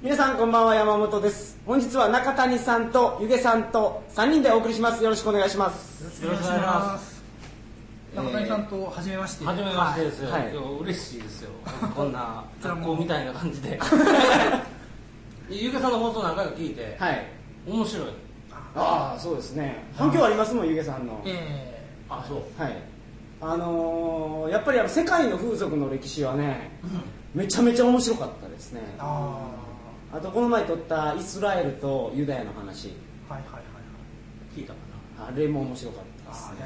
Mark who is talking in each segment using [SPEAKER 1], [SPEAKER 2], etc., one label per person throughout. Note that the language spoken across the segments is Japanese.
[SPEAKER 1] 皆さんこんばんは山本です本日は中谷さんと湯気さんと3人でお送りしますよろしくお願いします
[SPEAKER 2] よろしくお願いします
[SPEAKER 3] 中谷さんと初めまして、
[SPEAKER 2] 初めましてですよ、
[SPEAKER 1] はい
[SPEAKER 2] 今日嬉しいです よこんな学校みたいな感じ でゆうけさんの放送何回か聞いて、
[SPEAKER 1] はい
[SPEAKER 2] 面白い
[SPEAKER 1] ああそうですね反響ありますもん湯気さんの
[SPEAKER 3] え
[SPEAKER 2] あそう
[SPEAKER 1] はいあのーやっぱりあの世界の風俗の歴史はねめちゃめちゃ面白かったですね
[SPEAKER 3] ー、あ
[SPEAKER 1] あとこの前撮ったイスラエルとユダヤの話
[SPEAKER 3] あはいはいはいはい
[SPEAKER 2] 聞いたか
[SPEAKER 1] あれも面白かったです
[SPEAKER 3] あ
[SPEAKER 1] ね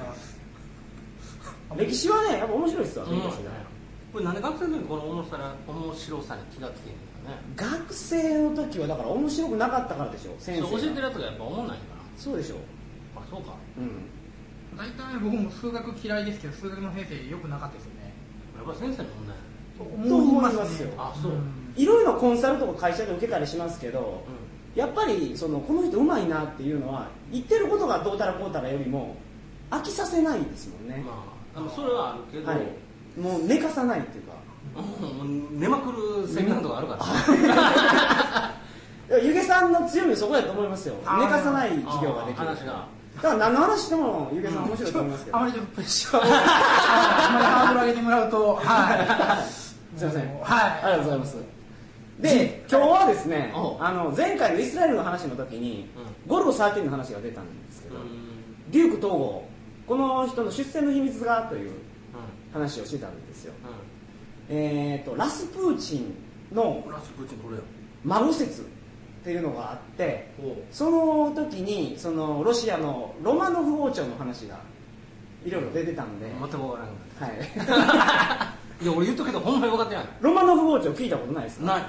[SPEAKER 3] あ
[SPEAKER 1] 歴史はねやっぱ面白いですわ
[SPEAKER 2] な、
[SPEAKER 1] 見
[SPEAKER 2] 面
[SPEAKER 1] て
[SPEAKER 2] 白
[SPEAKER 1] て
[SPEAKER 2] いねこれなんで学生の時にこの面白さ面白さに気がつけへんのかね
[SPEAKER 1] 学生の時はだから面白くなかったからでしょ先生
[SPEAKER 2] そう教えて
[SPEAKER 1] が
[SPEAKER 2] るやつがやっぱ思んないんか
[SPEAKER 1] そうでしょ
[SPEAKER 2] なあそうか
[SPEAKER 1] うん
[SPEAKER 3] 大体僕も数学嫌いですけど数学の先生良くなかったですよね
[SPEAKER 2] やっぱ先生の問題
[SPEAKER 3] と
[SPEAKER 1] と思いますよ
[SPEAKER 2] あそうん
[SPEAKER 1] いろいろコンサルとか会社で受けたりしますけど、
[SPEAKER 2] う
[SPEAKER 1] やっぱりそのこの人うまいなっていうのは言ってることがどうたらこうたらよりも飽きさせないですもんね
[SPEAKER 2] ん、まあでもそれはあるけど、
[SPEAKER 1] はい、もう寝かさないっていうか
[SPEAKER 2] うん寝まくるセミナーとかあるから、
[SPEAKER 1] いや湯気さんの強みはそこだと思いますよ寝
[SPEAKER 3] あー
[SPEAKER 1] かさない授業ができる
[SPEAKER 2] あー話が
[SPEAKER 1] だから何の話しても湯気さん面白いと思いますけど、
[SPEAKER 3] あまりちょっとプレッシャーをはいあまりハードル上げてもらうとはい
[SPEAKER 1] すいません
[SPEAKER 3] もう
[SPEAKER 1] ありが
[SPEAKER 3] は
[SPEAKER 1] とうございますで今日はですね
[SPEAKER 2] おう
[SPEAKER 1] あの前回のイスラエルの話の時に、ゴルゴ13の話が出たんですけ
[SPEAKER 2] う
[SPEAKER 1] ど、
[SPEAKER 2] ん
[SPEAKER 1] デューク統合この人の出世の秘密がという話をしてたんですよえっ、とラスプーチンの
[SPEAKER 2] うんラスプーチンこれよ
[SPEAKER 1] 孫説っていうのがあって
[SPEAKER 2] おう
[SPEAKER 1] その時にそのロシアのロマノフ王朝の話がいろいろ出てたんで、
[SPEAKER 2] 全く分からなくなっ
[SPEAKER 1] はい、
[SPEAKER 2] たいや俺言っとくけどほんまに分かってない
[SPEAKER 1] ロマノフ王朝聞いたことないですか
[SPEAKER 2] ない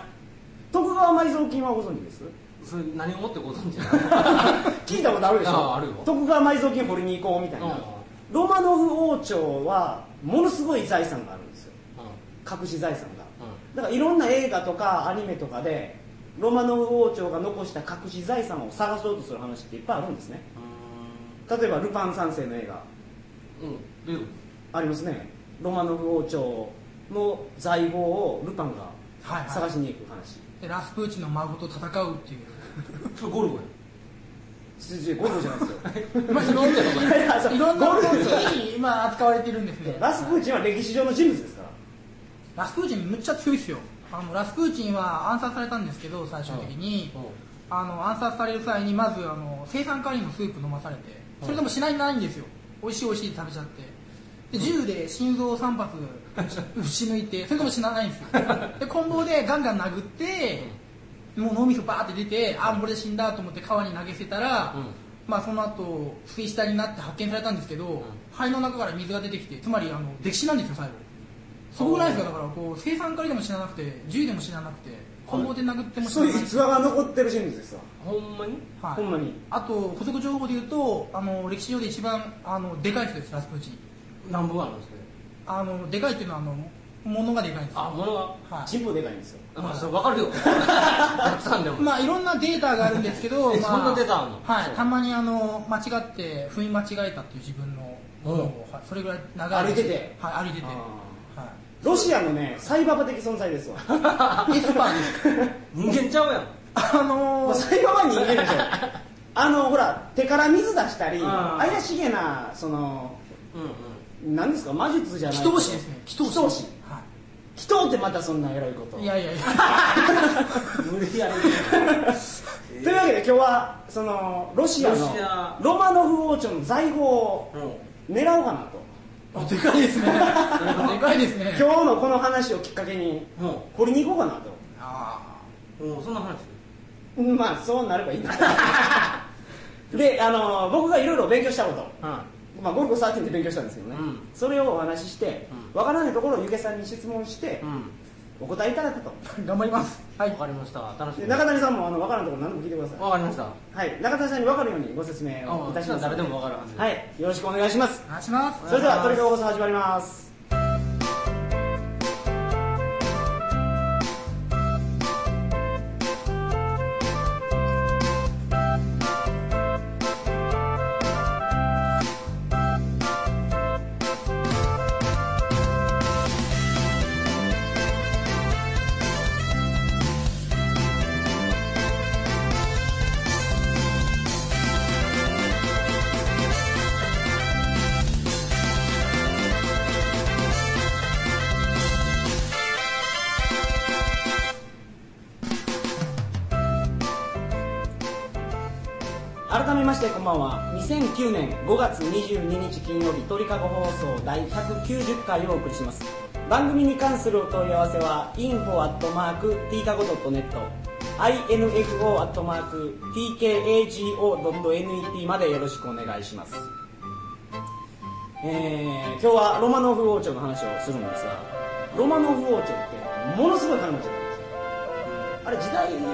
[SPEAKER 1] 徳川埋蔵金はご存知です
[SPEAKER 2] それ何をもってご存知
[SPEAKER 1] 聞いたことあるでしょ
[SPEAKER 2] ああるよ
[SPEAKER 1] 徳川埋蔵金掘りに行こうみたいな、
[SPEAKER 2] うん
[SPEAKER 1] ロマノフ王朝はものすごい財産があるんですよ隠し財産がだからいろんな映画とかアニメとかでロマノフ王朝が残した隠し財産を探そうとする話っていっぱいあるんですね例えば「ルパン三世」の映画
[SPEAKER 2] うんうん出てくる
[SPEAKER 1] ありますねロマノフ王朝の財宝をルパンが
[SPEAKER 3] はいはい
[SPEAKER 1] 探しに行く話
[SPEAKER 3] いでラスプーチンの孫と戦 うっていう
[SPEAKER 2] それゴルゴや
[SPEAKER 1] 筋ゴルフじゃないです よ
[SPEAKER 2] まあ、それおっちゃんとか
[SPEAKER 1] いやそう
[SPEAKER 3] いろんな
[SPEAKER 1] ゴ
[SPEAKER 3] こ
[SPEAKER 1] ル
[SPEAKER 3] と
[SPEAKER 1] フですよ
[SPEAKER 3] に今扱われてるんですね
[SPEAKER 1] ラスプーチンは歴史上の人物ですから
[SPEAKER 3] ラスプーチンむっちゃ強いですよあのラスプーチンは暗殺されたんですけど最終的に、あの暗殺される際にまずあの生産管理のスープ飲まされてそれでもしないないんですよ美味しい美味しいって食べちゃってで銃で心臓を3発撃ち抜いてそれでも死なないんですよで棍棒でガンガン殴ってもう脳みそバーって出てあもうこれで死んだと思って川に投げ捨てたら、
[SPEAKER 2] うん
[SPEAKER 3] まあその後水死体になって発見されたんですけど、肺の中から水が出てきてつまりあの溺死なんですよ最後すごくないですかだからこう生産狩りでも死ななくて銃でも死ななくて棍棒で殴っても死
[SPEAKER 1] そう
[SPEAKER 3] な
[SPEAKER 1] いう
[SPEAKER 3] ない
[SPEAKER 1] 逸話が残ってる人物ですわ
[SPEAKER 2] ほんまに
[SPEAKER 3] はい
[SPEAKER 1] ほんまに
[SPEAKER 3] あと補足情報で言うとあの歴史上で一番あのでかい人ですラスプーチン
[SPEAKER 2] 何本あるんですけ
[SPEAKER 3] あのでかいっていうのはあの物がでかいんですよ
[SPEAKER 2] あ物が
[SPEAKER 3] は
[SPEAKER 1] チンポでかいんですよ
[SPEAKER 2] まあそれ分かるよやってたんで
[SPEAKER 3] い、
[SPEAKER 2] も
[SPEAKER 3] まあいろんなデータがあるんですけど
[SPEAKER 2] え
[SPEAKER 3] まあ、
[SPEAKER 2] そんなデータあんの
[SPEAKER 3] はい
[SPEAKER 2] そう
[SPEAKER 3] たまにあの間違って踏み間違えたっていう自分のものを、はい、それぐらい長い
[SPEAKER 1] 歩いてて
[SPEAKER 3] はい歩いてて
[SPEAKER 1] あ
[SPEAKER 3] は
[SPEAKER 1] ロシアのねサイババ的存在ですわ
[SPEAKER 3] いエスパーです
[SPEAKER 2] 人間ちゃうやん
[SPEAKER 3] あの
[SPEAKER 1] もう
[SPEAKER 3] ー、
[SPEAKER 1] サイババは人間でしょあのほら手から水出したり
[SPEAKER 2] あー
[SPEAKER 1] 怪しげなその
[SPEAKER 2] うんうん
[SPEAKER 1] 何ですか魔術じゃない
[SPEAKER 3] 祈祷師ですね
[SPEAKER 1] 祈祷師祈祷師
[SPEAKER 3] は
[SPEAKER 1] 祈祷ってまたそんなエロいこと
[SPEAKER 3] い、いやいやいや
[SPEAKER 2] 無理やり
[SPEAKER 1] というわけで今日はそのロシアの
[SPEAKER 2] ロシア
[SPEAKER 1] ロマノフ王朝の財宝を狙おうかなと
[SPEAKER 3] あでかいですねでかいですね
[SPEAKER 1] 今日のこの話をきっかけに
[SPEAKER 2] うん
[SPEAKER 1] 掘りに行こうかなと
[SPEAKER 3] あ
[SPEAKER 2] うんうんそんな話
[SPEAKER 1] うんまあそうなればいい なであの僕がいろいろ勉強したことまあ、ゴルゴ13で勉強したんですけどね、
[SPEAKER 2] うん
[SPEAKER 1] それをお話しして、
[SPEAKER 2] う
[SPEAKER 1] わからないところをゆけさんに質問して、
[SPEAKER 2] うんうん
[SPEAKER 1] お答えいただくと
[SPEAKER 3] あ頑張りますはい
[SPEAKER 2] 分かりました楽し
[SPEAKER 1] で
[SPEAKER 2] み
[SPEAKER 1] 中谷さんもあのわからないところ何でも聞いてください
[SPEAKER 2] わかりました
[SPEAKER 1] はい、中谷さんに分かるようにご説明をいたします
[SPEAKER 2] あ誰でも分かるはず
[SPEAKER 1] はい、よろしくお願いします
[SPEAKER 3] お願いします
[SPEAKER 1] それではトリカゴ放送始まります
[SPEAKER 2] 「
[SPEAKER 1] 改めましてこんばんは2009年5月22日金曜日鳥かご放送第190回をお送りします番組に関するお問い合わせは info.tkago.net info.tkago.net までよろしくお願いしますえー、今日はロマノフ王朝の話をするんですがロマノフ王朝ってものすごい金持ちなんですよあれ時代的には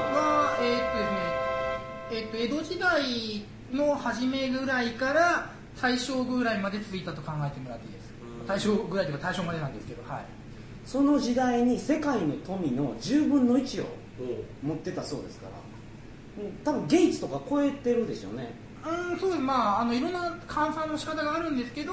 [SPEAKER 3] はえーっとですねえーっと江戸時代の初めぐらいから大正ぐらいまで続いたと考えてもらっていいです
[SPEAKER 2] うん
[SPEAKER 3] 大正ぐらいというか大正までなんですけどはい
[SPEAKER 1] その時代に世界の富の10分の1を持ってたそうですからうん多分ゲイツとか超えてるでしょうね
[SPEAKER 3] うんそうですまああのいろんな換算の仕方があるんですけど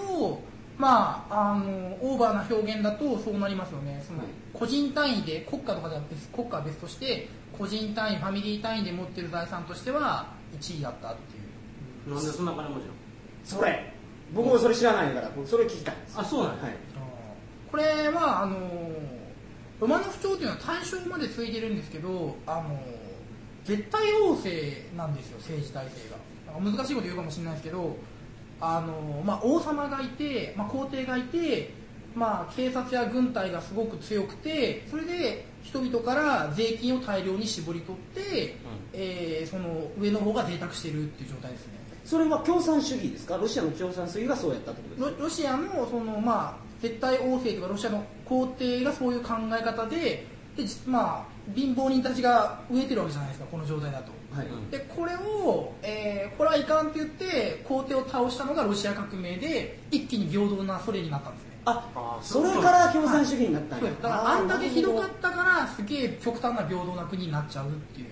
[SPEAKER 3] まああのオーバーな表現だとそうなりますよねその、
[SPEAKER 1] はい
[SPEAKER 3] 個人単位で国家とかでは別国家は別として個人単位ファミリー単位で持ってる財産としては1位だったってい
[SPEAKER 2] う
[SPEAKER 3] う
[SPEAKER 2] んなんでそんな金持ちなの
[SPEAKER 1] それ僕もそれ知らないからそれ聞きたいんです
[SPEAKER 2] あそうなんや
[SPEAKER 1] はい
[SPEAKER 3] これはあのロマノフ朝というのは大正まで続いてるんですけどあの絶対王政なんですよ政治体制がなんか難しいこと言うかもしれないですけどあの、まあ、王様がいて、まあ、皇帝がいて、まあ、警察や軍隊がすごく強くてそれで人々から税金を大量に絞り取って、えーその上の方が贅沢してるっていう状態ですね
[SPEAKER 1] それは共産主義ですかロシアの共産主義がそうやったってことです
[SPEAKER 3] ロ
[SPEAKER 1] か
[SPEAKER 3] ロシアのその、まあ、絶対王政とかロシアの皇帝がそういう考え方でで、じまあ、貧乏人たちが飢えてるわけじゃないですかこの状態だと
[SPEAKER 1] はい、
[SPEAKER 2] うん
[SPEAKER 3] でこれを、えーこれはいかんって言って皇帝を倒したのがロシア革命で一気に平等なソ連になったんですね
[SPEAKER 1] あ
[SPEAKER 2] あ
[SPEAKER 1] それから共産主義になったん
[SPEAKER 3] そ
[SPEAKER 1] や
[SPEAKER 3] うですだからあんだけひどかったからすげえ極端な平等な国になっちゃうっていう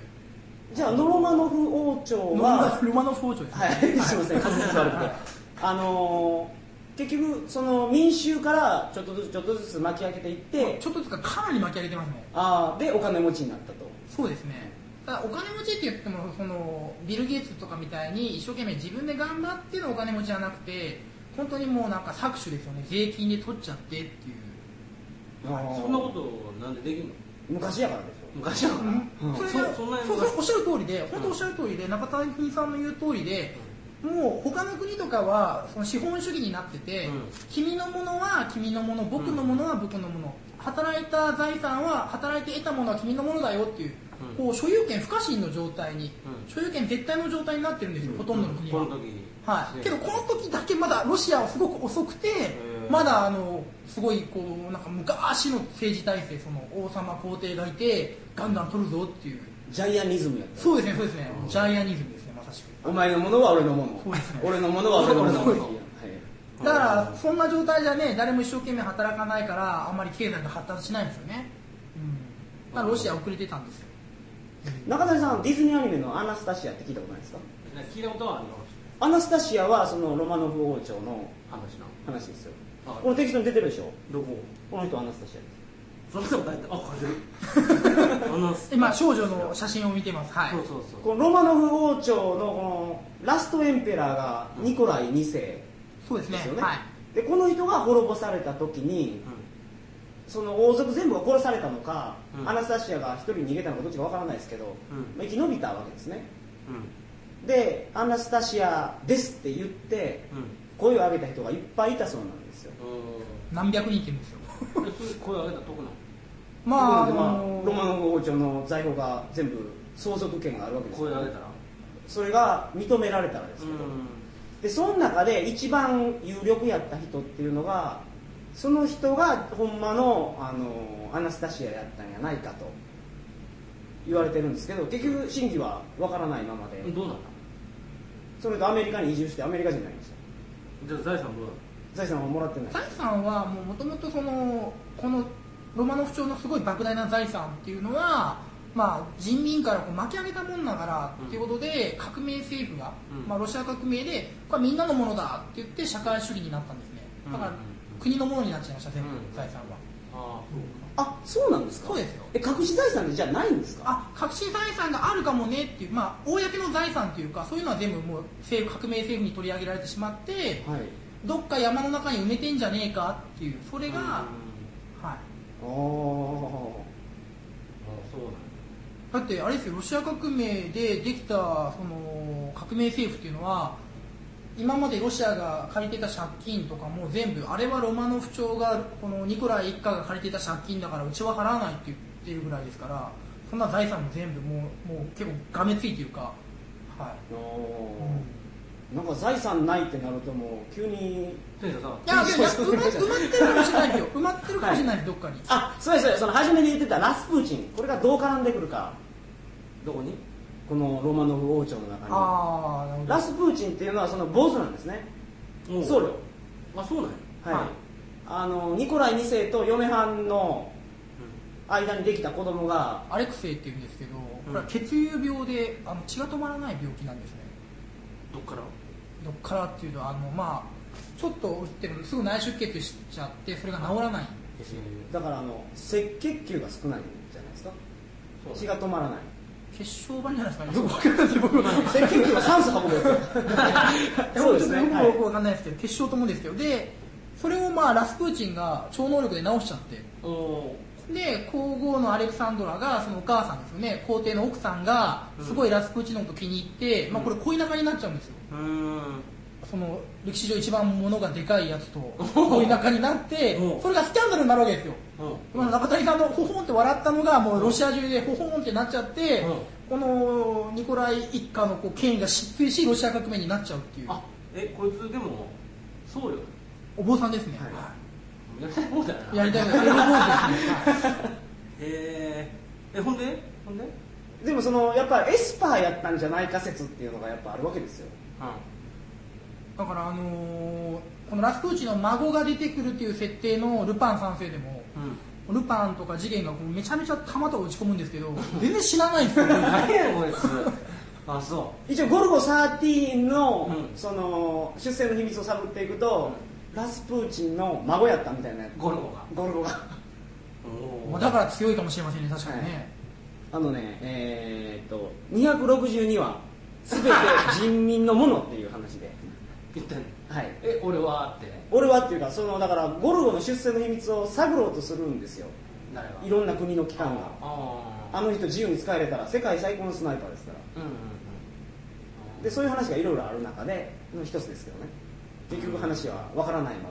[SPEAKER 1] じゃあノロマノフ王朝
[SPEAKER 3] ロマ
[SPEAKER 1] は
[SPEAKER 3] ロマノフ王朝ですね、
[SPEAKER 1] はい すいません滑舌悪くてあのー結局その民衆からちょっとずつちょっとずつ巻き上げていって
[SPEAKER 3] ちょっとずつかかなり巻き上げてますね
[SPEAKER 1] あーでお金持ちになったと
[SPEAKER 3] そうですねただお金持ちって言ってもそのビル・ゲイツとかみたいに一生懸命自分で頑張ってのお金持ちじゃなくて本当にもうなんか搾取ですよね税金で取っちゃってっていう
[SPEAKER 2] そんなことなんでできるの
[SPEAKER 1] 昔やからでし
[SPEAKER 2] 昔やから、
[SPEAKER 1] うん
[SPEAKER 3] それ
[SPEAKER 2] そ
[SPEAKER 3] が
[SPEAKER 2] そんなに
[SPEAKER 3] そうそうおっしゃる通りで本当
[SPEAKER 2] うん
[SPEAKER 3] おっしゃる通りで中谷さんの言う通りでもう他の国とかはその資本主義になってて、
[SPEAKER 2] うん
[SPEAKER 3] 君のものは君のもの僕のものは僕のもの、働いた財産は働いて得たものは君のものだよっていう,、
[SPEAKER 2] うん
[SPEAKER 3] こう所有権不可侵の状態に、
[SPEAKER 2] うん
[SPEAKER 3] 所有権絶対の状態になってるんですよ、ほとんどの国は、
[SPEAKER 2] この時
[SPEAKER 3] はい、
[SPEAKER 2] ね
[SPEAKER 3] けどこの時だけまだロシアはすごく遅くて
[SPEAKER 2] ー
[SPEAKER 3] まだあのすごいこうなんか昔の政治体制その王様皇帝がいてガンガン取るぞっていう
[SPEAKER 1] ょジャイアニズムやった
[SPEAKER 3] そうですねそうですねジャイアニズムですねまさしく
[SPEAKER 1] お前のものは俺のもの
[SPEAKER 3] そうですね
[SPEAKER 1] 俺のものは俺のもの
[SPEAKER 2] そうそうそう
[SPEAKER 1] はい
[SPEAKER 3] だからそんな状態じゃね誰も一生懸命働かないからあんまり経済が発達しないんですよね、うん、だからロシア遅れてたんですよ
[SPEAKER 1] 中谷さんディズニーアニメの「アナスタシア」って聞いたことないですか
[SPEAKER 2] なんか聞いたことはあるの
[SPEAKER 1] アナスタシアはそのロマノフ王朝の
[SPEAKER 2] 話な
[SPEAKER 1] 話ですよ
[SPEAKER 2] あ
[SPEAKER 1] このテキストに出てるでしょ
[SPEAKER 2] どこ
[SPEAKER 1] この人アナスタシアです
[SPEAKER 2] そんなことないってあ書いてるあの
[SPEAKER 3] 今少女の写真を見てますはい
[SPEAKER 2] そうそうそう
[SPEAKER 1] このロマノフ王朝のこのラストエンペラーがニコライ2世
[SPEAKER 3] そうですね
[SPEAKER 1] ですよね、
[SPEAKER 3] はい
[SPEAKER 1] でこの人が滅ぼされた時にその王族全部が殺されたのか、
[SPEAKER 2] うん
[SPEAKER 1] アナスタシアが一人逃げたのかどっちかわからないですけど、
[SPEAKER 2] うん
[SPEAKER 1] まあ生き延びたわけですね
[SPEAKER 2] うんうん
[SPEAKER 1] でアナスタシアですって言って
[SPEAKER 2] う
[SPEAKER 1] 声を上げた人がいっぱいいたそうなんですよ
[SPEAKER 2] んうん
[SPEAKER 3] 何百人いてるんですよ
[SPEAKER 2] それ声上げたとこなの
[SPEAKER 3] まああ
[SPEAKER 1] ところでまあ
[SPEAKER 3] のー
[SPEAKER 1] ロマノフ王朝の財宝が全部相続権があるわけです
[SPEAKER 2] 声上げたら
[SPEAKER 1] それが認められたらですけど、でその中で一番有力やった人っていうのがその人がほんまのあのアナスタシアやったんやないかと言われてるんですけど結局真偽はわからないままで、
[SPEAKER 2] どうなんだ
[SPEAKER 1] それとアメリカに移住してアメリカ人になりました
[SPEAKER 2] じゃあ財産どうなの
[SPEAKER 1] 財産はもらってない
[SPEAKER 3] 財産はもともとそのこのロマノフ朝のすごい莫大な財産っていうのは、まあ、人民からこう巻き上げたもんだから
[SPEAKER 2] うん
[SPEAKER 3] っていうことで、革命政府が、
[SPEAKER 2] うん
[SPEAKER 3] まあ、ロシア革命でこれみんなのものだって言って社会主義になったんですねだから、
[SPEAKER 2] うん
[SPEAKER 3] 国のものになっちゃいました全部、
[SPEAKER 2] うん
[SPEAKER 3] 財産は
[SPEAKER 2] ああそう
[SPEAKER 1] あそうなんですか
[SPEAKER 3] そうですよ
[SPEAKER 1] え隠し財産ってじゃあないんですか
[SPEAKER 3] あ革新財産があるかもねっていう、まあ、公の財産というかそういうのは全部もう政府革命政府に取り上げられてしまって
[SPEAKER 1] はい
[SPEAKER 3] どっか山の中に埋めてんじゃねえかっていうそれが、
[SPEAKER 2] うんあ
[SPEAKER 3] はい
[SPEAKER 1] ああ
[SPEAKER 2] そうなんや
[SPEAKER 3] だってあれですよロシア革命でできたその革命政府っていうのは今までロシアが借りてた借金とかも全部あれはロマノフ朝がこのニコライ一家が借りてた借金だからうちは払わないって言ってるぐらいですからそんな財産も全部もうもう結構がめついというかは
[SPEAKER 1] なんか財産ないってなるともう急に
[SPEAKER 2] とにかくさ
[SPEAKER 3] いいやいやいや埋ま埋まってるかもしれないよ埋まってるかもしれないどっかに
[SPEAKER 1] あそうですそうですその初めに言ってたラスプーチンこれがどう絡んでくるか
[SPEAKER 2] どこに
[SPEAKER 1] このロマノフ王朝の中に
[SPEAKER 3] ああなるほど
[SPEAKER 1] ラスプーチンっていうのはその坊主なんですね
[SPEAKER 2] おう
[SPEAKER 1] 僧侶
[SPEAKER 2] あそうなんや
[SPEAKER 1] はい、
[SPEAKER 3] はい
[SPEAKER 1] あのニコライ2世と嫁はんの間にできた子供が
[SPEAKER 3] アレクセイっていうんですけど、これは
[SPEAKER 2] うん
[SPEAKER 3] 血友病であの血が止まらない病気なんですね
[SPEAKER 2] どっから
[SPEAKER 3] どっからっていうとあのまあちょっと打ってるすぐ内出血しちゃってそれが治ら ない
[SPEAKER 2] ですよ
[SPEAKER 1] だからあの赤血球が少ないんじゃないですか血が止まらない
[SPEAKER 3] 血小板じゃないですかねよくわかんないです僕も
[SPEAKER 1] 赤血球は酸素運ぶやつ そうですね
[SPEAKER 3] よく
[SPEAKER 1] はい
[SPEAKER 3] よくわかんないですけど血小と思うんですけどでそれをまあラスプーチンが超能力で治しちゃって
[SPEAKER 2] おお
[SPEAKER 3] で皇后のアレクサンドラがそのお母さんですよね皇帝の奥さんが
[SPEAKER 2] うん
[SPEAKER 3] すごいラスプーチンのこと気に入って、まあ、これ恋仲になっちゃうんですよ
[SPEAKER 2] うーん
[SPEAKER 3] その歴史上一番物がでかいやつと 恋仲になって
[SPEAKER 2] おう
[SPEAKER 3] それがスキャンダルになるわけですよ
[SPEAKER 2] うん
[SPEAKER 3] まあ中谷さんのほほんって笑ったのがもうロシア中でほほんってなっちゃって、
[SPEAKER 2] うん
[SPEAKER 3] このニコライ一家のこう権威が失墜しロシア革命になっちゃうっていう
[SPEAKER 2] あえこいつでも僧侶
[SPEAKER 3] お坊さんですね、
[SPEAKER 1] はい
[SPEAKER 2] やりたい方だよな
[SPEAKER 3] やりた いことやりたいことですねはい
[SPEAKER 2] えー、えほんでほんでうん
[SPEAKER 1] でもそのやっぱりエスパーやったんじゃないか説っていうのがやっぱあるわけですよ
[SPEAKER 3] だからあのーこのラスプーチンの孫が出てくるっていう設定のルパン三世でも
[SPEAKER 2] うん
[SPEAKER 3] ルパンとか次元がこうめちゃめちゃ弾とか打ち込むんですけど全然死なないんで すよ
[SPEAKER 2] 何やこいつあそ
[SPEAKER 1] 一応「ゴルゴ13の」
[SPEAKER 2] うん
[SPEAKER 1] その出世の秘密を探っていくと、ラスプーチンの孫やったみたいな
[SPEAKER 2] うゴルゴが
[SPEAKER 1] ゴルゴが
[SPEAKER 2] お
[SPEAKER 3] ま
[SPEAKER 2] お
[SPEAKER 3] あだから強いかもしれませんね確かにね、
[SPEAKER 1] あのねえーっと262話全て人民のものっていう話で
[SPEAKER 2] 言ってんの
[SPEAKER 1] はい
[SPEAKER 2] え俺はって
[SPEAKER 1] 俺はっていうかそのだからゴルゴの出世の秘密を探ろうとするんですよ
[SPEAKER 2] 誰が
[SPEAKER 1] いろんな国の機関が
[SPEAKER 2] ああ
[SPEAKER 1] あの人自由に使えれたら世界最高のスナイパーですから
[SPEAKER 2] うんうんうん
[SPEAKER 1] でそういう話がいろいろある中での一つですけどね結局話はわからないまま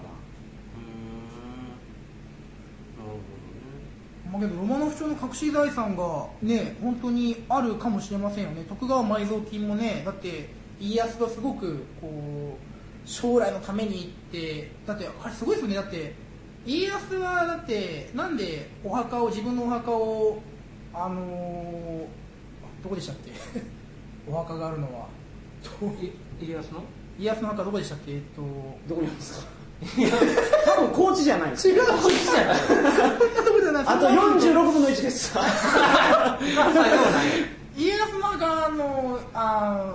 [SPEAKER 2] うーんなるほどね
[SPEAKER 3] まあ、けどロマノフ朝の隠し財産がね本当にあるかもしれませんよね徳川埋蔵金もねだって家康がすごくこう将来のためにってだってあれすごいですよねだって家康はだってなんでお墓を自分のお墓をあのーどこでしたっけ お墓があるのはどう
[SPEAKER 2] い家康の
[SPEAKER 3] 家康の墓どこでしたっけえっと
[SPEAKER 1] どこにあるんですか多分高知じゃないです
[SPEAKER 3] 違うこっちじゃないとこじゃない
[SPEAKER 1] あと46分の1です
[SPEAKER 2] 関西でもない
[SPEAKER 3] 家康の側のあ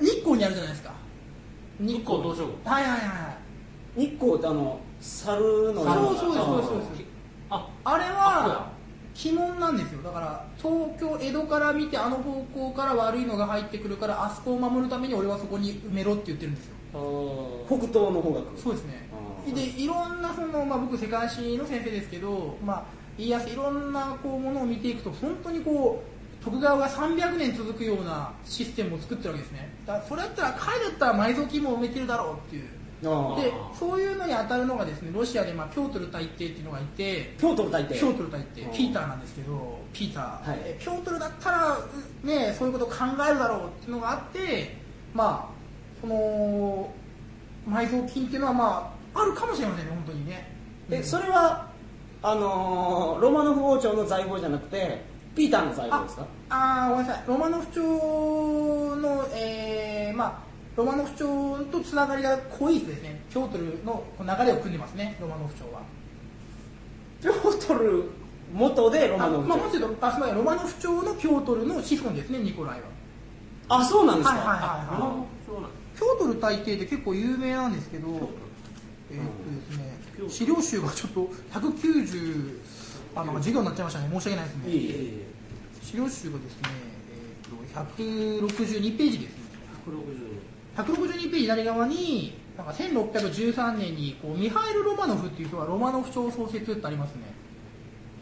[SPEAKER 3] ー日光にあるじゃないですか
[SPEAKER 2] 日光東照
[SPEAKER 3] はいはいはいはい
[SPEAKER 1] 日光ってあの猿の
[SPEAKER 3] そう
[SPEAKER 1] な
[SPEAKER 3] そうですそうですそうです
[SPEAKER 2] あ
[SPEAKER 3] あれは
[SPEAKER 2] あ
[SPEAKER 3] 鬼門なんですよだから東京江戸から見てあの方向から悪いのが入ってくるからあそこを守るために俺はそこに埋めろって言ってるんですよ
[SPEAKER 2] お
[SPEAKER 1] 北東の方角
[SPEAKER 3] そうですね
[SPEAKER 1] あー
[SPEAKER 3] でいろんなその、まあ、僕世界史の先生ですけど、まあ、家康いろんなこうものを見ていくと本当にこう徳川が300年続くようなシステムを作ってるわけですねだからそれだったら彼だったら埋蔵金も埋めてるだろうっていう
[SPEAKER 1] あ
[SPEAKER 3] で
[SPEAKER 2] あー
[SPEAKER 3] そういうのに当たるのがですねロシアで、まあ、ピョートル大帝っていうのがいて
[SPEAKER 1] ピョートル大
[SPEAKER 3] ピ
[SPEAKER 1] 帝
[SPEAKER 3] ョートル大帝
[SPEAKER 1] うん
[SPEAKER 3] ピーターなんですけどピーター、
[SPEAKER 1] はい
[SPEAKER 3] えピョートルだったらうねそういうことを考えるだろうっていうのがあってまあその埋蔵金っていうのはまああるかもしれませんね本当にね
[SPEAKER 1] えそれはあのーロマノフ王朝の財宝じゃなくてピーターの財宝ですか
[SPEAKER 3] ああーごめんなさいロマノフ朝のえー、まあロマノフ朝とつながりが濃いですねピョートルのこう流れを組んでますねロマノフ朝は
[SPEAKER 1] ピョートル元でロマ
[SPEAKER 3] あ
[SPEAKER 1] ノフ
[SPEAKER 3] まあ、も
[SPEAKER 1] 朝
[SPEAKER 3] っと言うとあすみませんロマノフ朝のピョートルの子孫ですねニコライは
[SPEAKER 1] あそうなんですか、
[SPEAKER 3] はいはいはい
[SPEAKER 2] あロマノフ朝なん
[SPEAKER 3] ピョートル大帝って結構有名なんですけどえーっとですね、資料集がちょっと190あなんか授業になっちゃいましたね申し訳ないですね
[SPEAKER 1] いい
[SPEAKER 2] ええ
[SPEAKER 3] 資料集がですね、えーっと162ページですね
[SPEAKER 2] 162
[SPEAKER 3] 162ページ左側になんか1613年にこうミハイル・ロマノフっていう人がロマノフ朝創設ってありますね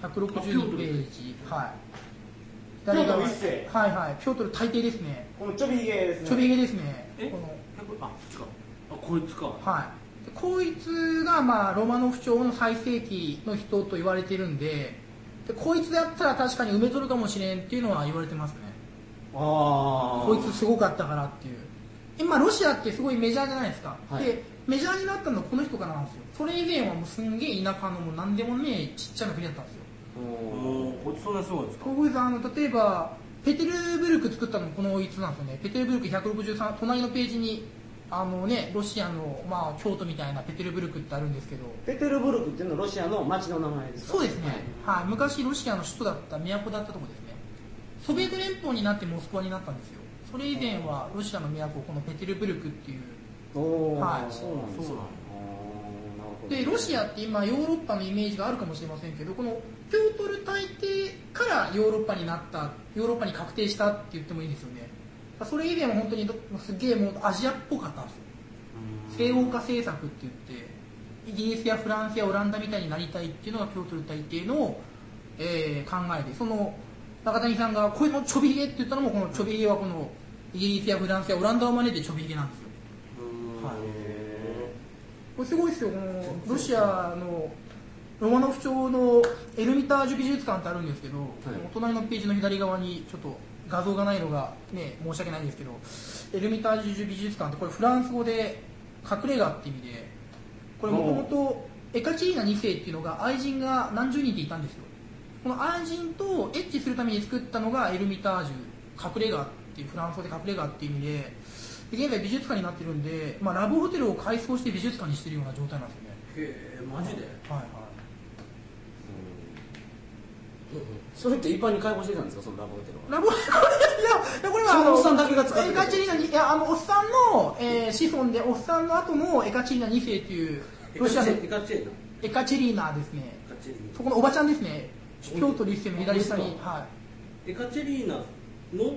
[SPEAKER 3] 162ページはい
[SPEAKER 1] ピョートル一世
[SPEAKER 3] はいはいピョートル大抵ですね
[SPEAKER 1] このちょびひげですね
[SPEAKER 3] ちょびひげですね
[SPEAKER 2] え
[SPEAKER 3] この
[SPEAKER 2] あこっちかあこいつか
[SPEAKER 3] はい、でこいつが、まあ、ロマノフ朝の最盛期の人と言われてるんででこいつだったら確かに埋めとるかもしれんっていうのは言われてますね
[SPEAKER 1] ああ
[SPEAKER 3] こいつすごかったからっていう今ロシアってすごいメジャーじゃないですか、
[SPEAKER 1] はい
[SPEAKER 3] でメジャーになったのはこの人からなんですよそれ以前はもうすんげえ田舎のもう何でもねえちっちゃな国だったんですよ
[SPEAKER 2] おーこいつそんなすごいんですか
[SPEAKER 3] こいつあの例えばペテルブルク作ったのもこのこいつなんですよねペテルブルク163隣のページにあのねロシアの、まあ、京都みたいなペテルブルクってあるんですけど
[SPEAKER 1] ペテルブルクっていうのはロシアの町の名前ですか
[SPEAKER 3] そうですね、はい昔ロシアの首都だった都だったとこですねソビエト連邦になってモスクワになったんですよそれ以前はロシアの都このペテルブルクっていう
[SPEAKER 1] おおー、
[SPEAKER 3] はい
[SPEAKER 1] そうなんです
[SPEAKER 2] そうなの
[SPEAKER 3] でロシ
[SPEAKER 1] ア
[SPEAKER 3] アって今ヨーロッパのイメージがあるかもしれませんけどこのピョートル大帝からヨーロッパになったヨーロッパに確定したって言ってもいいですよねそれ以前は本当にどすげえもうアジアっぽかったんですよ西欧化政策って言ってイギリスやフランスやオランダみたいになりたいっていうのがピョートル大帝の、えー考えでその中谷さんがこれのちょびひげって言ったのもこのちょびひげはこのイギリスやフランスやオランダを真似てちょびひげなんですよ
[SPEAKER 2] はい
[SPEAKER 3] これすごいですよこのロシアのロマノフ朝のエルミタージュ美術館ってあるんですけど、お隣のページの左側にちょっと画像がないのが、ね、申し訳ないんですけどエルミタージュ美術館ってこれフランス語で隠れ家って意味でこれもともとエカチリーナ2世っていうのが愛人が何十人っていたんですよこの愛人とエッチするために作ったのがエルミタージュ隠れ家っていうフランス語で隠れ家っていう意味でで現在美術館になってるんで、まあ、ラブホテルを改装して美術館にしてるような状態なんですよね
[SPEAKER 2] へえマジで
[SPEAKER 3] はいはい
[SPEAKER 2] それって一般に開放してたんですかそのラブホテルは
[SPEAKER 3] ラブホテルいやいやこれは
[SPEAKER 1] その
[SPEAKER 3] あの
[SPEAKER 1] おっさんだけが使って
[SPEAKER 3] エ
[SPEAKER 1] る
[SPEAKER 3] カチリーナにいやあのおっさんの、えー子孫でおっさんの後のエカチリーナ2世っていうロシアの
[SPEAKER 2] エカチェエ
[SPEAKER 3] エカチリーナですね
[SPEAKER 2] カチェリー
[SPEAKER 3] そこのおばちゃんですねピョートル一世の左下
[SPEAKER 2] 本
[SPEAKER 3] に
[SPEAKER 2] 当で、す
[SPEAKER 3] は
[SPEAKER 2] ナエカチェリーナの
[SPEAKER 3] い、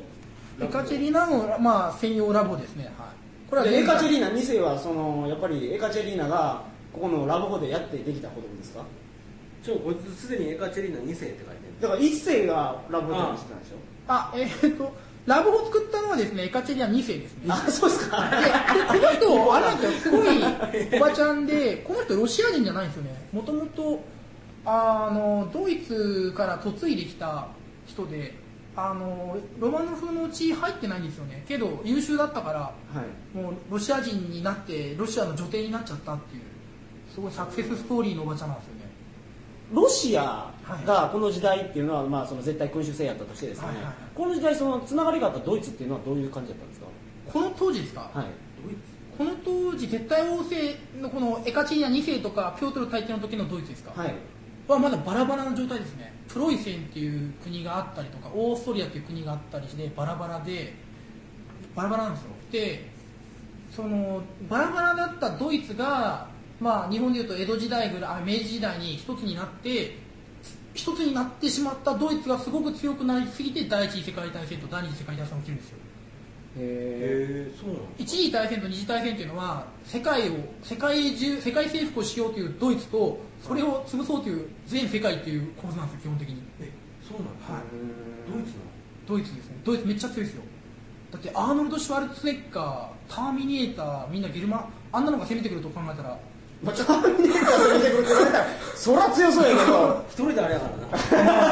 [SPEAKER 3] エカチェリーナの、まあ、専用ラボですね、はい、こ
[SPEAKER 1] これはエカチェ
[SPEAKER 3] リ
[SPEAKER 1] リーナ2世はそのやっぱりエカチェリーナがここのラブホでやってできた子供ですか
[SPEAKER 2] ちょこいつすでにエカチェリーナ2世って書いてる
[SPEAKER 1] だから1世がラブホテルにしてたんでしょ
[SPEAKER 3] あえーっとラボを作ったのはですねエカチェリーナ2世ですね
[SPEAKER 1] あそうですか
[SPEAKER 3] ででこの人、あれなんですよ、すごいおばちゃんで、この人、ロシア人じゃないんですよね、もともとあのドイツから嫁いできた人で、あのロマノフの地入ってないんですよね、けど優秀だったから、
[SPEAKER 1] はい
[SPEAKER 3] もうロシア人になって、ロシアの女帝になっちゃったっていう、すごいサクセスストーリーのおばちゃんなんですよね。
[SPEAKER 1] ロシアがこの時代っていうのは、まあ、その絶対君主制やったとしてですね、
[SPEAKER 3] はいはい
[SPEAKER 1] この時代そのつながりがあったドイツっていうのはどういう感じだったんですか
[SPEAKER 3] この当時ですか、
[SPEAKER 1] はい
[SPEAKER 2] ドイ
[SPEAKER 3] この当時、絶対王政のこのエカチリーナ2世とか、ピョートル大帝の時のドイツですか、
[SPEAKER 1] はい
[SPEAKER 3] はまだバラバラの状態ですねプロイセンっていう国があったりとかオーストリアっていう国があったりしてバラバラでバラバラなんですよでそのバラバラだったドイツが、まあ、日本でいうと江戸時代ぐらいあ明治時代に一つになって一つになってしまったドイツがすごく強くなりすぎて第一次世界大戦と第二次世界大戦が起きるんですよ
[SPEAKER 1] へ
[SPEAKER 2] へえそうなの
[SPEAKER 3] 一次大戦と二次大戦というのは世界を世界中世界征服をしようというドイツとそれを潰そうという全世界という構図なんですよ基本的に
[SPEAKER 2] えそうなの
[SPEAKER 3] はい
[SPEAKER 2] ドイツなの
[SPEAKER 3] ドイツですねドイツめっちゃ強いですよだってアーノルド・シュワルツェネッガーターミネーターみんなゲルマンあんなのが攻めてくると考えたら
[SPEAKER 1] まあ、ちょっと見てください見てくださいそら強そうやけど
[SPEAKER 2] 一人であれやから な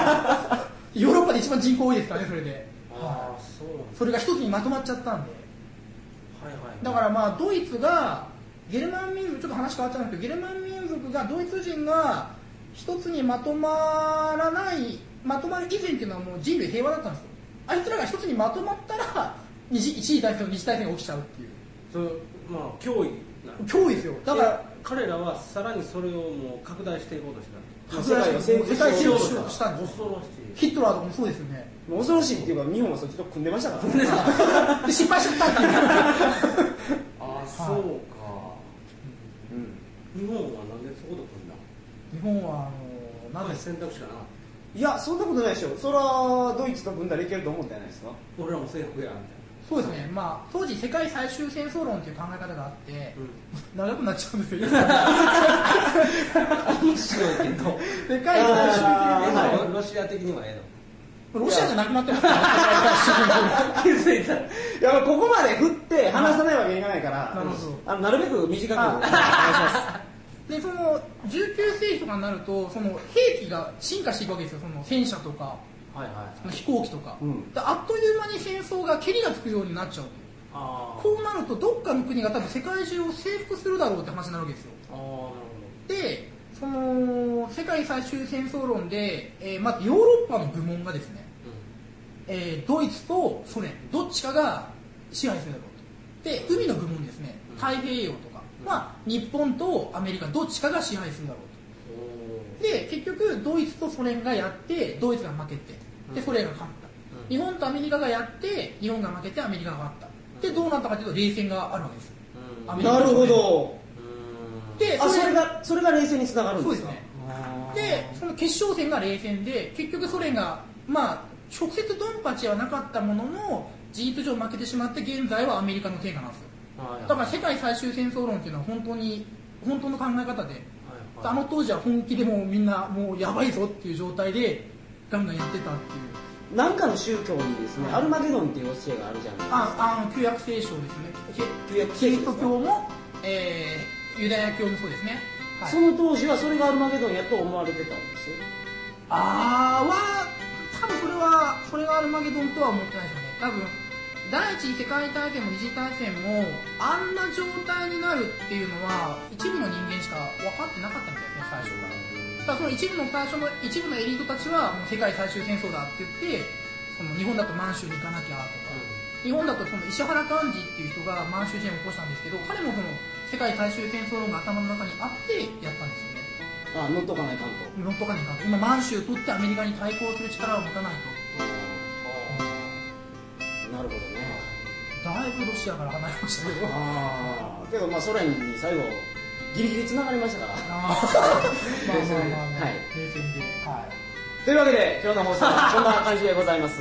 [SPEAKER 3] ヨーロッパで一番人口多いですからねそれで
[SPEAKER 2] ああそうなん
[SPEAKER 3] それが一つにまとまっちゃったんで
[SPEAKER 2] はいはい
[SPEAKER 3] だからまあドイツがゲルマン民族ちょっと話変わっちゃうんですけどゲルマン民族がドイツ人が一つにまとまらないまとまる以前っていうのはもう人類平和だったんですよあいつらが一つにまとまったら二次一次大戦と二次大戦が起きちゃうっていう
[SPEAKER 2] それまあ脅威な
[SPEAKER 3] 脅威ですよだ
[SPEAKER 2] だ
[SPEAKER 3] か
[SPEAKER 2] からら彼らはさらにそれをもう拡大していこうとした
[SPEAKER 1] 世界を征服
[SPEAKER 3] 世
[SPEAKER 1] しよ
[SPEAKER 3] 界
[SPEAKER 1] うと
[SPEAKER 3] 征服
[SPEAKER 1] し
[SPEAKER 3] しようと
[SPEAKER 1] た
[SPEAKER 3] したんです
[SPEAKER 2] 恐ろしい
[SPEAKER 3] ヒットラーとかもそうですよね
[SPEAKER 1] もう恐ろしいっていうか日本はそっちと組んでましたからね
[SPEAKER 3] で失敗しちゃったんだ
[SPEAKER 2] ああそうか
[SPEAKER 1] うん
[SPEAKER 2] 日本はなんでそこと組んだ
[SPEAKER 3] 日本はあの
[SPEAKER 2] な
[SPEAKER 3] なんん
[SPEAKER 2] で
[SPEAKER 3] です
[SPEAKER 2] 選択肢かない
[SPEAKER 1] やそんなことないでしょそらドイツと組んだらいけると思うんじゃないですか
[SPEAKER 2] 俺らも制服やみ
[SPEAKER 3] そうですねまあ当時世界最終戦争論っていう考え方があって
[SPEAKER 2] たいな、
[SPEAKER 3] 長くなっちゃうんですよ
[SPEAKER 2] 面白いけど
[SPEAKER 3] 世界最終
[SPEAKER 1] あー
[SPEAKER 3] 戦
[SPEAKER 1] はい
[SPEAKER 2] ロシア的にはえ
[SPEAKER 3] 争論ロシアじゃなくなってますから
[SPEAKER 1] 気づいたいやここまで振って話さないわけにいかないから
[SPEAKER 3] なるほど
[SPEAKER 1] あのなるべく短くお願いしま
[SPEAKER 3] でその19世紀とかになるとその兵器が進化していくわけですよその戦車とか
[SPEAKER 2] はいはい
[SPEAKER 3] その飛行機とか、
[SPEAKER 1] うん
[SPEAKER 3] であっという間に戦争がけりがつくようになっちゃう
[SPEAKER 2] あー
[SPEAKER 3] こうなるとどっかの国が多分世界中を征服するだろうって話になるわけですよ
[SPEAKER 2] あーなるほ
[SPEAKER 3] でその世界最終戦争論で、えーまずヨーロッパの部門がですね、
[SPEAKER 2] どうん
[SPEAKER 3] えードイツとソ連どっちかが支配するだろうとで海の部門ですね
[SPEAKER 2] うん
[SPEAKER 3] 太平洋とか
[SPEAKER 2] うん
[SPEAKER 3] まあ、日本とアメリカどっちかが支配するだろう
[SPEAKER 2] お
[SPEAKER 3] とで結局ドイツとソ連がやってドイツが負けて
[SPEAKER 2] う
[SPEAKER 3] で
[SPEAKER 2] ん
[SPEAKER 3] ソ連が勝った、
[SPEAKER 2] うん
[SPEAKER 3] 日本とアメリカがやって日本が負けてアメリカが勝ったでどうなったかというと冷戦があるわけです
[SPEAKER 2] ー
[SPEAKER 3] アメ
[SPEAKER 1] す
[SPEAKER 3] リカ
[SPEAKER 1] なるほど
[SPEAKER 2] うん
[SPEAKER 3] で
[SPEAKER 1] あそ
[SPEAKER 3] ソ
[SPEAKER 1] れ
[SPEAKER 3] 連
[SPEAKER 1] がそれが冷静につながるんですか
[SPEAKER 3] そうですね
[SPEAKER 1] あー
[SPEAKER 3] でその決勝戦が冷戦で結局ソ連がまあ直接ドンパチはなかったものの事実上負けてしまって現在はアメリカの成果なんですよ
[SPEAKER 2] はいはい
[SPEAKER 3] だから世界最終戦争論っていうのは本当に本当の考え方
[SPEAKER 2] はい
[SPEAKER 3] で
[SPEAKER 2] はい
[SPEAKER 3] あの当時は本気でもうみんなもうやばいぞっていう状態でガンガンやってたっていう
[SPEAKER 1] なんかの宗教にですね、
[SPEAKER 3] は
[SPEAKER 1] ア
[SPEAKER 3] い
[SPEAKER 1] ルマゲドンっていう教えがあるじゃないですか
[SPEAKER 3] ああの旧約聖書ですね
[SPEAKER 1] 旧約
[SPEAKER 3] キ
[SPEAKER 1] 聖書で
[SPEAKER 3] リス
[SPEAKER 1] すか
[SPEAKER 3] ト教も、えーユダヤ教もそうですね、はい
[SPEAKER 1] その当時はそれがアルマゲドンやと思われてたんですよ
[SPEAKER 3] あーは多分それはそれがアルマゲドンとは思ってないですよね多分第一次世界大戦も二次大戦もあんな状態になるっていうのは一部の人間しか分かってなかったみたいですね最初からただその一部の最初の一部のエリートたちはもう世界最終戦争だって言ってその日本だと満州に行かなきゃとか、日本だとその石原幹事っていう人が満州事変を起こしたんですけど彼もその世界最終戦争論が頭の中にあってやったんですよね
[SPEAKER 1] あ乗っとかないかんと
[SPEAKER 3] 乗っとかないかんと今満州取ってアメリカに対抗する力を持たない
[SPEAKER 1] なるほどね
[SPEAKER 3] とだいぶロシアから離れましたけど
[SPEAKER 1] ああけどまあソ連に最後ギリギリつながりましたから
[SPEAKER 3] まあまあまあまあ、
[SPEAKER 1] はい
[SPEAKER 3] 冷戦ではい
[SPEAKER 1] というわけで今日の放送 はこんな感じでございます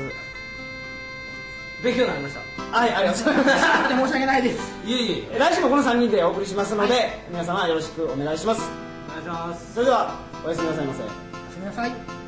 [SPEAKER 2] 勉強になりました
[SPEAKER 1] はいありがとうございます
[SPEAKER 3] あ申し訳ないです
[SPEAKER 2] いえい え
[SPEAKER 1] 来週もこの3人でお送りしますので、皆様よろしくお願いします
[SPEAKER 2] お願いします
[SPEAKER 1] それではおやすみなさいませ
[SPEAKER 3] すみません